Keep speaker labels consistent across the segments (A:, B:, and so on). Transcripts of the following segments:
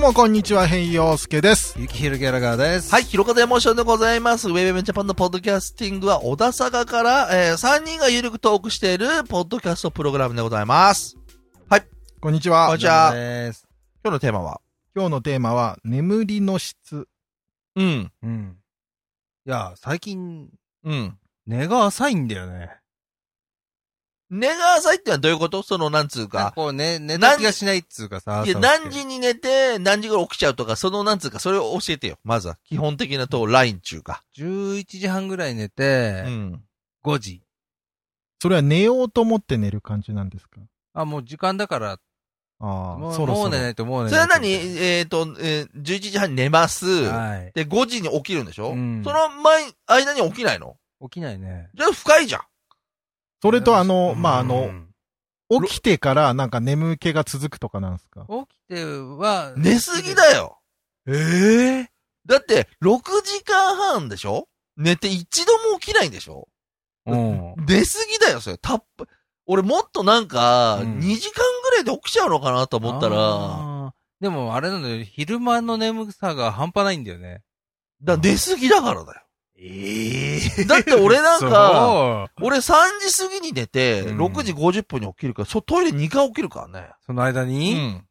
A: もこんにちは、変陽介です。
B: ゆきひろギャラガーです。
C: はい、広方山ーションでございます。ウェブウェブジャパンのポッドキャスティングは、小田坂から、えー、3人がゆるくトークしている、ポッドキャストプログラムでございます。
A: こんにちは。
C: こんにちは
B: です。
C: 今日のテーマは
A: 今日のテーマは、眠りの質。
C: うん、
B: うん。いや、最近、
C: うん。
B: 寝が浅いんだよね。
C: 寝が浅いってのはどういうことその、なんつう
B: なんか
C: か。
B: こうね、寝た気がしないっつうかさ。
C: いや、
B: 朝起
C: 何
B: きて
C: 時に寝て、何時頃起きちゃうとか、その、なんつうか、それを教えてよ。まずは、基本的なと、ライン中か。
B: ?11 時半ぐらい寝
C: う
B: て、
C: ん。
B: 5時。
A: それは寝ようと思って寝る感じなんですか
B: あ、もう時間だから、
A: あ
B: も
A: あ、
B: う
A: そろそろ。
B: もう寝ないともう寝
C: それ
B: ない
C: は
B: と
C: 何えっ、と、えー、11時半に寝ます。
B: はい。
C: で、5時に起きるんでしょ、
B: うん
C: その前、間に起きないの
B: 起きないね。
C: じゃあ、深いじゃん。
A: それとあの、
B: うん
A: まあ、あの、、起きてからなんか眠気が続くとかなんですか
B: 起きては、
C: 寝すぎだよ。
B: ええ
C: だって、6時間半でしょ寝て一度も起きないんでしょ
B: うん。
C: 寝すぎだよ、それ。たっぷ、俺もっとなんか、
B: うん
C: 2時間ぐらいで起きちゃうのかなと思ったら、
B: あー。でも、あれなんだよ。昼間の眠さが半端ないんだよね。
C: だ寝すぎだからだよ。
B: ええ
C: だって俺なんか、
B: か、
C: 俺3時過ぎに寝て、
B: うん
C: 6時50分に起きるから、そトイレ2回起きるからね。
B: その間に、
C: ん。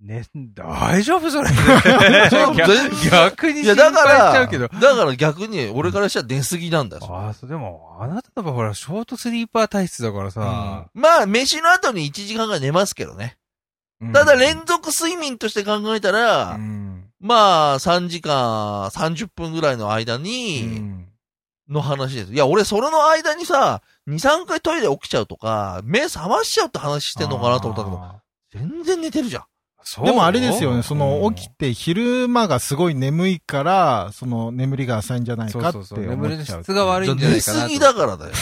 B: ね、大丈夫それ。
C: そう全然
B: 逆に
C: い
B: 心
C: や、だか
B: 配しちゃう
C: ら、
B: けど
C: だ。から逆に俺からしたら寝すぎなんだよ。それ
B: ああ、そう、でも、あなたとかほら、ショートスリーパー体質だからさ。
C: まあ、飯の後に1時間ぐらい寝ますけどね。
B: うん
C: ただ連続睡眠として考えたら、
B: うん
C: まあ、3時間30分ぐらいの間
B: う
C: に、
B: ん。
C: の話です。いや、俺、それの間にさ、2、3回トイレ起きちゃうとか、目覚ましちゃうって話してんのかなと思ったけど、
B: あ
C: 全然寝てるじゃん。
B: ーそう
A: でもあれですよね、その
B: うん
A: 起きて昼間がすごい眠いから、その眠りが浅いんじゃない
B: そ
A: か
B: う
A: って
B: そ
A: 思っ
B: う
A: ち
B: そ
A: ゃう。
B: う。眠りの質が悪いんじゃない
C: 寝
B: かなと。
C: すぎだからだよ。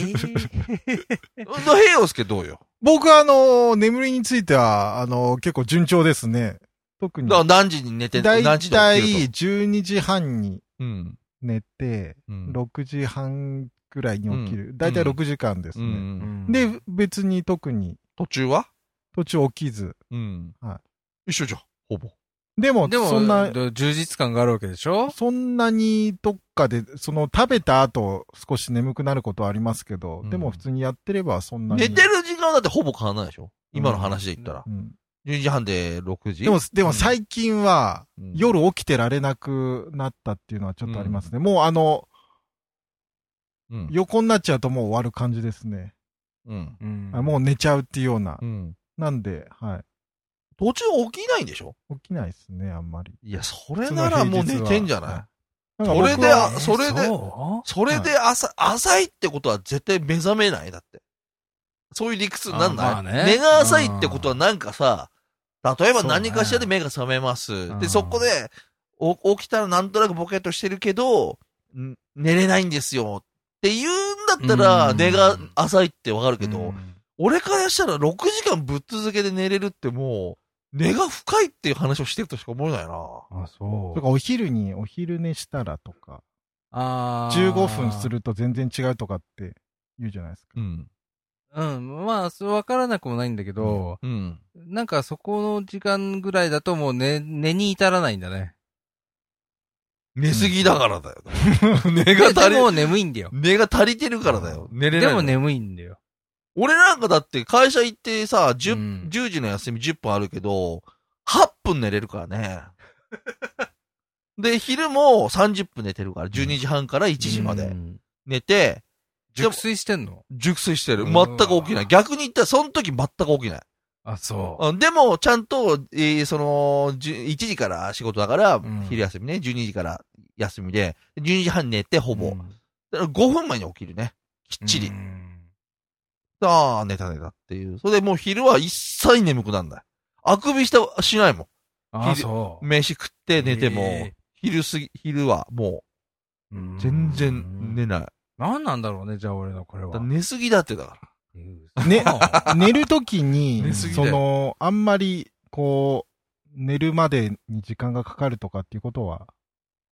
B: えー
C: の平洋介どうよ。
A: 僕はあの、眠りについては、あの、結構順調ですね。特に。
C: だから何時に寝て、
A: だい
C: 何時に
A: たい
C: 起きると。
A: 12時半に
C: うん。
A: 寝て、
C: うん
A: 6時半ぐらいに起き
C: う
A: る。
C: ん
A: だいたい
C: うん
A: 6時間です
C: う
A: ね。
C: ん。
A: で、別に特に
C: 途中は
A: 途中起きず。
C: うん。
A: は
C: 一緒じゃん。ほぼ。
A: でも、
B: でも、
A: そんな、
B: 充実感があるわけでしょ
A: そんなにどっかで、その食べた後少し眠くなることはありますけど、
C: うん
A: でも普通にやってればそんなに。
C: 寝てる時間だってほぼ変わらないでしょ今の話で言ったら。
A: うん
C: 12時半で6時。
A: でも、で
C: う
A: も
C: ん
A: 最近は、
C: うん、
A: 夜起きてられなくなったっていうのはちょっとありますね。もうあの、
C: うん。
A: 横になっちゃうともう終わる感じですね。
C: うん。
B: うん
A: あもう寝ちゃうっていうような
C: う。ん。
A: なんで、は
C: 途中起きないんでしょ
A: い。起きないですね、あんまり。
C: いや、それならもう寝てんじゃない
A: なんか
C: そ
A: 僕
C: れ
A: は
C: で、あそれで、
B: そ
C: それで朝、浅いってことは絶対目覚めないだって。そういう理屈になんない、
B: あまあね
C: 寝が浅いってことはなんかさ、例えば何かしらで目が覚めます。
B: ねう
C: で、
B: ん
C: そこで、お起きたらなんとなくボケっとしてるけど、ん寝れないんですよ。って言うんだったら、
B: うん
C: 寝が浅いってわかる
B: う
C: けど、
B: うん
C: 俺からしたら6時間ぶっ続けで寝れるってもう、寝が深いっていう話をしてるとしか思えないな。
B: あ、そ
A: と
B: う
A: か。お昼に、お昼寝したらとか、
B: あー
A: 15分すると全然違うとかって言うじゃないですか。
C: うん。
B: うん。まあ、そうわからなくもないんだけど、
C: うん。
B: なんかそこの時間ぐらいだともう寝、寝に至らないんだね。
C: 寝すぎだからだよ。 寝が
B: で
C: 足り
B: で、も眠いんだよ。
C: 寝が足りてるからだよ。寝れ
B: で
C: ないの。
B: も眠いんだよ。
C: 俺なんかだって会社行ってさ、
B: う
C: 10,
B: ん
C: 10時の休み10分あるけど、8分寝れるからね。で、昼も30分寝てるから、12時半から1時ま
B: う
C: で
B: ん
C: 寝て、でも
B: 熟睡してんの
C: 熟睡してる。
B: う
C: 全
B: わ
C: く起きない。逆に言ったら、その時全く起きない。
B: あ、そ
C: うん、でも、ちゃんと、えーその、じゅ1時から仕事だから、
B: ん
C: 昼休みね、12時から休みで、12時半寝て、ほ
B: う。
C: ぼ。
B: うん
C: だから5分前に起きるね。きっちり。
B: うん
C: ああ、寝た寝たっていう。それでもう昼は一切眠くなんない。あくびした、しないも
B: あ、そ
C: ん。飯食って
B: う。
C: 寝ても、
B: え
C: 昼すぎ、昼はも
B: ーうん
C: う、全然寝ない。だ
B: 何なんだろうね、じゃあ俺のこれは
C: から。寝すぎだってだから。
A: ね 寝るとき
C: 寝
A: に、
C: すぎだよ
A: その、あんまり、こう、寝るまでに時間がかかるとかっていうことは、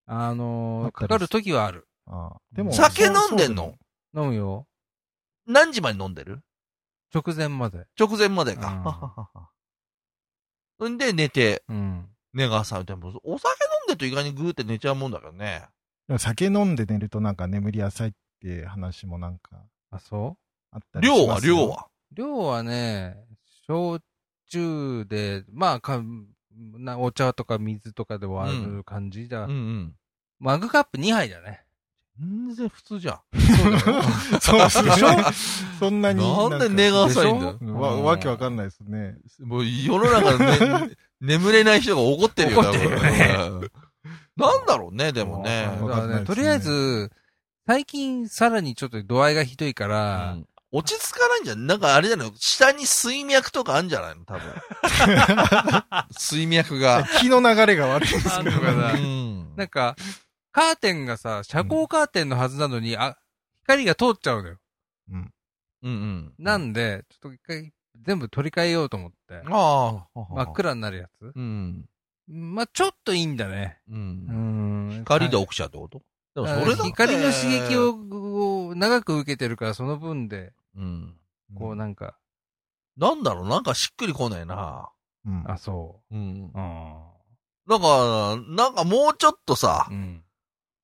B: あのー、
A: わかる
B: かかる時はある。
A: あーでも
C: 酒飲んでんの
B: 飲むよ。
C: 何時まで飲んでる
B: 直前まで。
C: 直前までか。
B: うん
C: ははははんで寝て、
B: うん。
C: 寝がさ、みたいな。お酒飲んでると意外にグーって寝ちゃうもんだけどね。
A: でも酒飲んで寝るとなんか眠り浅いって話もなんか
B: あ、そう
A: あったり
C: 量
A: し
C: は
A: ます
C: 量
A: よ
C: は。
B: 量はね、焼酎で、まあかな、お茶とか水とかで割る感じだ、
C: うんうん。
B: マグカップ2杯だね。
C: 全然普通じゃん。
B: そうだよ
A: そうですね
C: でしょ。
A: そんなに
C: なん
A: か
C: で寝が浅いんだよ
A: う。んわ
B: うん
A: わけわかんないですね。
C: もう世の中で、ね、眠れない人が怒ってるよ
B: 怒ってるよね
C: ね。なんだろうね、でもね。
B: だ
A: わ
B: か
A: かんな
B: ら
A: いです
B: ね
A: ね
B: とりあえず、最近さらにちょっと度合いがひどいか
C: う
B: ら、
C: ん落ち着かないんじゃん。なんかあれじゃないの下に水脈とかあるんじゃないの多 分。水脈が。
A: 気の流れが悪いです
B: あ
A: か
B: んの
A: ら
B: か
A: ね。
B: な
C: うん
B: なんか、カーテンがさ、遮光カーテンのはずなのに、あ、光が通っちゃうのよ。
C: うんうん。
B: なんで、ちょっと一回全部取り替えようと思って、
C: ああ。
B: 真っ暗になるやつ。
C: うん。
B: まあ、ちょっといいんだね。
C: う。
B: うんん
C: 光で起きちゃうってことでもそれだって
B: 光の刺激。をを長く受けてるから、その分で、
C: うん。
B: こうなんか、
C: なんだろうなんかしっくりこないな。
A: うん
B: あ、そ
C: うん
B: う。。うん。
C: なんか、なんかもうちょっとさ
B: う、ん。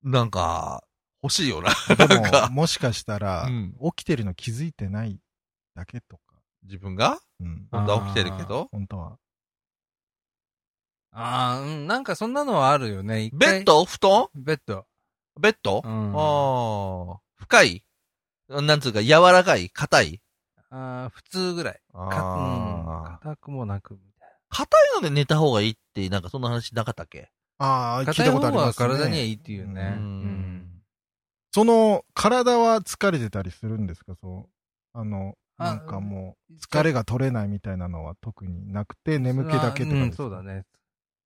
C: なんか、欲しいよな。
A: で
C: なんか
A: も、もしかしたら、
C: ん。
A: 起きてるの気づいてないだけとか。
C: 自分が
A: うん。
B: あ
C: 本当は起きてるけど。
A: 本当は。
B: ああ、うん、なんかそんなのはあるよね。一
C: ベ
B: 回
C: ッド布団
B: ベッド。
C: ベッド、
B: ん
C: ああ。深いなんつうか、柔らかい硬い
B: あー普通ぐらい。かうん
C: ああ。
B: 硬くもなくみたい
C: 硬いので寝た方がいいって、なんかそんな話なかったっけ
A: ああ、聞
B: な。
A: い
B: 硬い
A: た
B: 方
A: ことあり
B: は
A: ますね。
B: 体にはいいっていうね。
A: う
B: うんん。
A: その、体は疲れてたりするんですかそう。あの、
B: あ
A: なんかもう、疲れが取れないみたいなのは特になくて、眠気だけとか
B: う
A: です
B: ん、
A: か
B: そうだ。ね。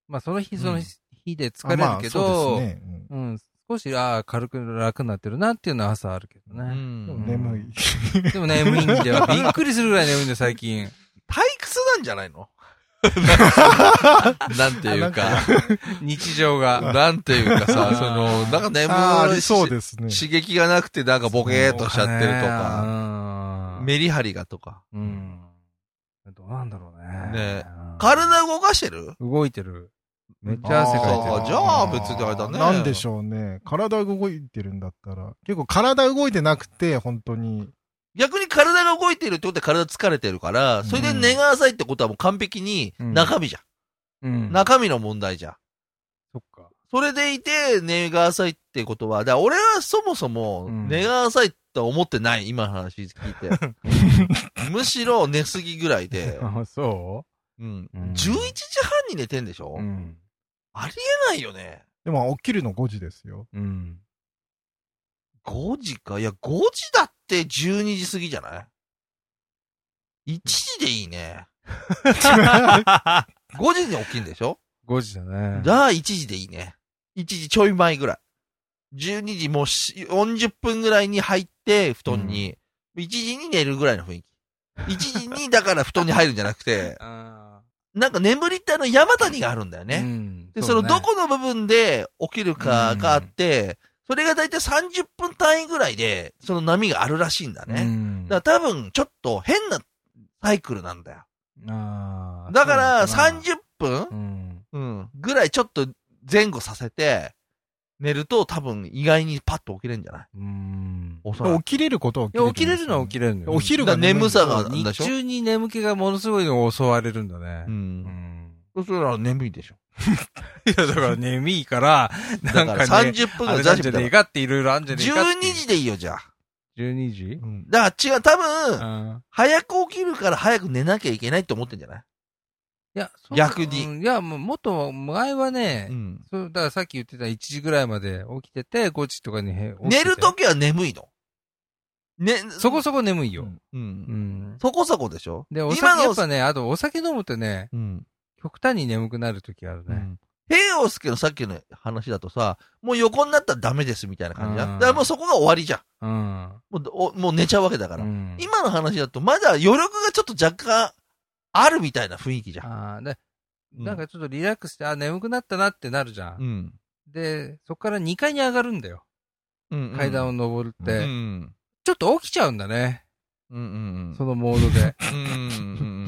B: まあ、その日
C: うん
B: その日で疲
A: あ
B: れ
A: ま
B: る
A: あ
B: け
A: そ
B: ど、
A: うですね。
B: うん、少し、ああ、軽く楽になってるなっていうのは朝あるけど
C: う
B: ね。
A: うんん。眠い。
B: でも眠いんだよ。びっくりするぐらい眠いんだよ、最近。
C: 退屈なんじゃないのなんていう
A: あ
C: か、
B: 日常が。
C: なんていうかさ、
B: あー
C: その、なんか眠
A: ああ、あ
C: い
A: り
C: し
A: そうですね。
C: 刺激がなくてなんかボケーっとしちゃってるとか、
B: か
C: メリハリがとか。
B: うん。どうなんだろうね。
C: ね
B: うん
C: 体動かしてる
B: 動いてる。めっちゃ汗かいてる。
C: そうかじゃあ別にあれだね
A: なんでしょうね。体が動いてるんだったら。結構体動いてなくて、本当に。
C: 逆に体が動いてるってことで体疲れてるから、それで寝が浅いってことはもう完璧に
B: うん
C: 中身じゃん。
B: うん。
C: 中身の問題じゃん。
B: そっか。
C: それでいて、寝が浅いってことは、だから俺はそもそも
B: うん
C: 寝が浅いとは思ってない、今の話聞い て。むしろ寝すぎぐらいで、
B: あ、そ
C: うん。
B: うん
C: 11時半に寝てんでしょ、
B: ううん。
C: ありえないよね。
A: でも起きるの5時ですよ。
B: うん。
C: 5時か。いや、5時だって12時過ぎじゃない ?1 時でいいね。5時に起きんでしょ
B: 5時だね。、
C: じゃあ1時でいいね。1時ちょい前ぐらい。12時もうし40分ぐらいに入って、布団に、1時に寝るぐらいの雰囲気。1時に、だから布団に入るんじゃなくて
B: あ
C: なんか眠りってあの山谷があるんだよ
B: ーう
C: ね。
B: ん
C: で、
B: う
C: その
B: ね
C: どこの部分で起きるかがあって、それがだいたい30分単位ぐらいで、その波があるらしいんだ
B: う
C: ね。
B: ん
C: だから多分、ちょっと変なサイクルなんだよ。
B: あー
C: だから、
B: そうなのか
C: 30分
B: なうん。
C: うん。ぐらいちょっと前後させて、寝ると多分意外にパッと起きれるんじゃない
B: うん。
C: おそら
A: 起
C: く。
A: きれることはい
B: や、起きれるのは起
A: き
B: きれるのよ。
A: お昼が眠い
C: だから
B: そう
C: 眠さが、でし
B: 日
C: ょ
B: 中に眠気がものすごいのを襲われるんだね。
C: う。
B: うんん。
C: そしたら眠いでしょ。
B: いや、だから眠いから、
C: だ
B: な
C: か
B: ん
C: ら
B: かね、
C: 30分
B: あ
C: の
B: れな
C: 雑誌
B: んじゃ
C: みた
B: ねえ
C: い
B: かっていろいろあんじゃねえかっ
C: 12
B: ていう。
C: 時でいいよ、じゃあ。
B: 12時
C: うん。だから違う、多
B: う
C: 分、
B: ん。
C: 早く起きるから早く寝なきゃいけないって思ってんじゃない
B: いや、そう
C: 逆に
B: うんいや、もう、もっと前はね、
C: ん。
B: そう、だからさっき言ってた1時ぐらいまで起きてて、5時とかにへ起きて
C: 寝
B: て
C: るときは眠いの。ね、
B: そこそこ眠いよ。
C: う。
B: うんん。
C: そこそこでしょ
B: で、お
C: 今
B: 酒、
C: の
B: やっぱね、あとお酒飲むとね、
C: うん。
B: 極端に眠くなるときあるね。
C: 平洋介のさっきの話だとさ、もう横になったらダメですみたいな感じじゃ
B: うん
C: ん。だからもうそこが終わりじゃん。
B: うん。
C: もうおもう寝ちゃうわけだから。
B: うん
C: 今の話だと、まだ余力がちょっと若干あるみたいな雰囲気じゃん。
B: ああ、で、
C: うん
B: なんかちょっとリラックスして、あ、眠くなったなってなるじゃん。
C: うん。
B: で、そこから2階に上がるんだよ。
C: うん
B: 階段を
C: を
B: 登っ
C: う
B: て。
C: ん。
B: ちょっと起きちゃうんだね。
C: うんうん
B: そのモード で。
C: うん。うん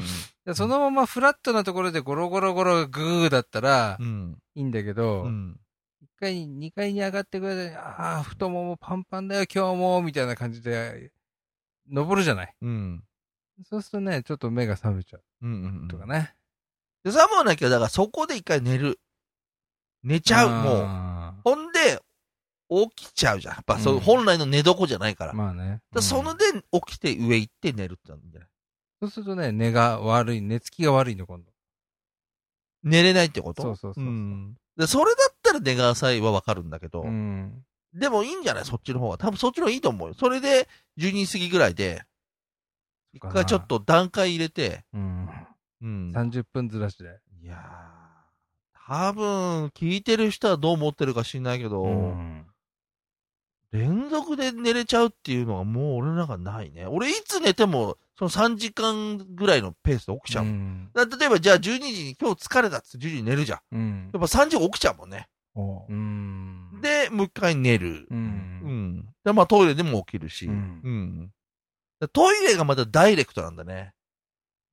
C: うん
B: でそのままフラットなところでゴロゴロゴログーだったら
C: うんうん。
B: いいんだけど、
C: うん。
B: 一回、二階に上がってくれて、ああ、太ももパンパンだよ、今日も、みたいな感じで、登るじゃない。
C: うん。
B: そうするとね、ちょっと目が覚めちゃ
C: うんうん
B: うとかね。
C: で、サモンだけは、だからそこで一回寝る。寝ちゃう、もう。
B: も
C: ほんで、起きちゃうじゃん。やっぱ、そううん本来の寝床じゃないから。だか
B: まあね。
C: らその
B: うん
C: で、起きて上行って寝るってなるんじゃない
B: そうするとね、寝が悪い、寝つきが悪いの、今度。
C: 寝れないってこと
B: そうそうそうそうん
C: でそれだったら寝が浅いはわかるんだけど、
B: うん。
C: でもいいんじゃないそっちの方が。多分そっちの方がいいと思うよ。それで、12過ぎぐらいで、一
B: かな
C: 回ちょっと段階入れて、
B: うん。
C: うん
B: 30分ずらしで。
C: いやー、多分、聞いてる人はどう思ってるか知んないけど、
B: うん
C: 連続で寝れちゃうっていうのがもう俺なんかないね。俺いつ寝ても、その3時間ぐらいのペースで起きちゃう。
B: うん。
C: だから例えばじゃあ12時に今日疲れたっつって10時に寝るじゃん。
B: うん
C: やっぱ3時起きちゃうもんね。
A: おう
B: うん。
C: で、もう一回寝る。う
B: う。
C: んん。で、まあトイレでも起きるし。
B: う
C: うん
B: ん。
C: だからトイレがまたダイレクトなんだね。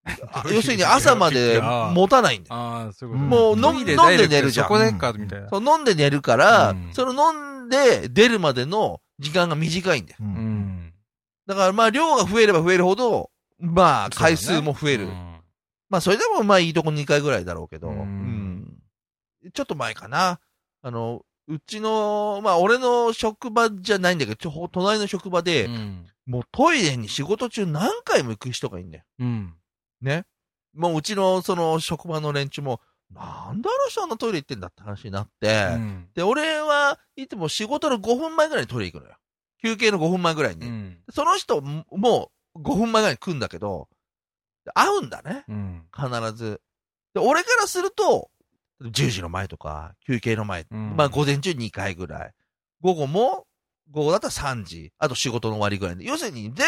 C: あ要するに朝まで持たないんだよ。
B: ああ、そういうこと
A: もう
C: 飲ん
B: トイレダイレ
C: 飲
B: クト
C: んで寝るじゃん
B: そこでか、みたいな。
C: そう飲んで寝るから、
B: うん
C: その飲んで出るまでの時間が短いんだよ。
A: う
B: うんん。
C: だからまあ量が増えれば増えるほど、まあ回数も増える。
B: うん
C: まあそれでもまあいいとこ2回ぐらいだろうけど、
B: うん
C: うんちょっと前かな。あの、うちの、まあ俺の職場じゃないんだけど、ちょ隣の職場で、
B: うん。
C: もうトイレに仕事中何回も行く人がいんだよ。
B: うん。
C: ね。もううちのその職場の連中も、なんであの人あんなトイレ行ってんだって話になって、
B: うん
C: で、俺はいつも仕事の5分前ぐらいにトイレ行くのよ。休憩の5分前ぐらいに。
B: うん。
C: その人も、もう5分前ぐらいに来るんだけど、会うんだね。
B: うん。
C: 必ず。で、俺からすると、10時の前とか、休憩の前、
B: うん
C: まあ午前中2回ぐらい。午後も、午後だったら3時。あと仕事の終わりぐらいで。要するに、全、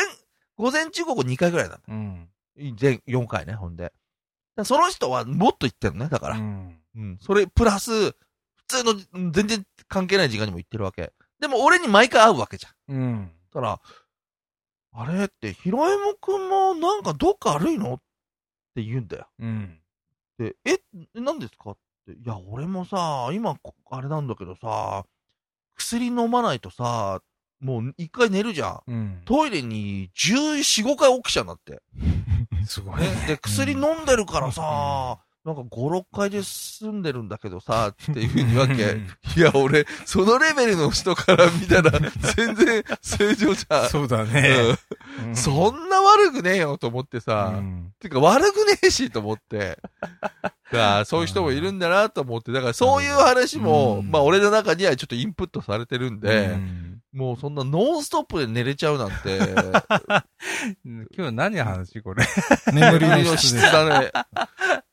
C: 午前中午後2回ぐらいなんだ。
B: うん。
C: 全4回ね、ほんで。だからその人はもっと行ってるのね、だから
B: う。ん。
C: うん。それ、プラス、普通の、うん全然関係ない時間にも行ってるわけ。でも俺に毎回会うわけじゃん。
B: うん。
C: だから、あれって、ひろえもくんもなんかどっか悪いのって言うんだよ。
B: うん。
C: で、え、何ですかって。いや、俺もさ、今、こあれなんだけどさ、薬飲まないとさ、もう一回寝るじゃん。
B: うん。
C: トイレに14、5回起きちゃうんだって。
B: すごい
C: ね。で、薬飲んでるからさ、なんか5、6回で済んでるんだけどさ、っていうふうに言うわ
B: う
C: け。
B: ん
C: いや、俺、そのレベルの人から見たら、全然正常じゃん。
B: そうだ
C: う
B: ね。
C: んそんな悪くねえよと思ってさ、
B: うん
C: てか悪くねえしと思 って。だからそういう人もいるんだなと思って。だからそういう話も、
B: うん
C: まあ俺の中にはちょっとインプットされてるんで、
B: うん
C: もうそんなノンストップで寝れちゃうなんて、
B: 今日何の話これ。
A: 眠り
C: 無
A: の
C: 理の
A: 質
C: 質
A: で。
C: だね。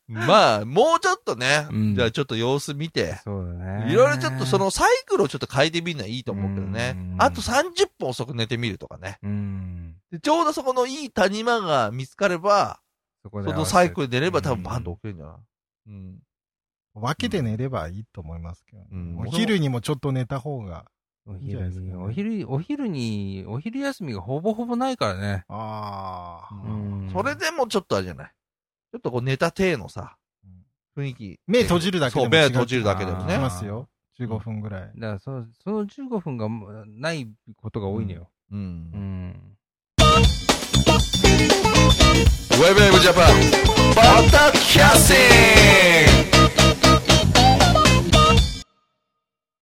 C: まあ、もうちょっとね、
B: うん
C: じゃあちょっと様子見て、
B: そうだね。
C: いろいろちょっとそ、のサイクルをちょっと変えてみるのはいいと思うけどね
B: うん。
C: あと30分遅く寝てみるとかね。
B: うん。
C: でちょうどそこのいい谷間が見つかれば、
B: そこ
C: そ
B: で合わせて。
C: のサイクルで寝れば多分バンと起きるんじゃないうん
A: 分けて寝ればいいと思いますけど。
C: うん
A: お昼にもちょっと寝た方が。
B: お
A: いいんじゃないです
B: 昼
A: か
B: に、
A: ね
B: お昼、お昼に、お昼休みがほぼほぼないからね。
A: ああ。
B: うん
C: それでもちょっとあれじゃない。ちょっとこう寝た体のさ
A: うん、
C: 雰囲気。
A: 目閉じるだけで
C: そう
A: も
C: 目
A: 違う
C: 閉じるだけでも
A: し
C: ね。
A: ますよ。15分ぐらい。
B: だからそ、その15分がもうないことが多いのよ。
C: う。
B: うんん。
C: ウェブウェブジャパン、バタキャッシン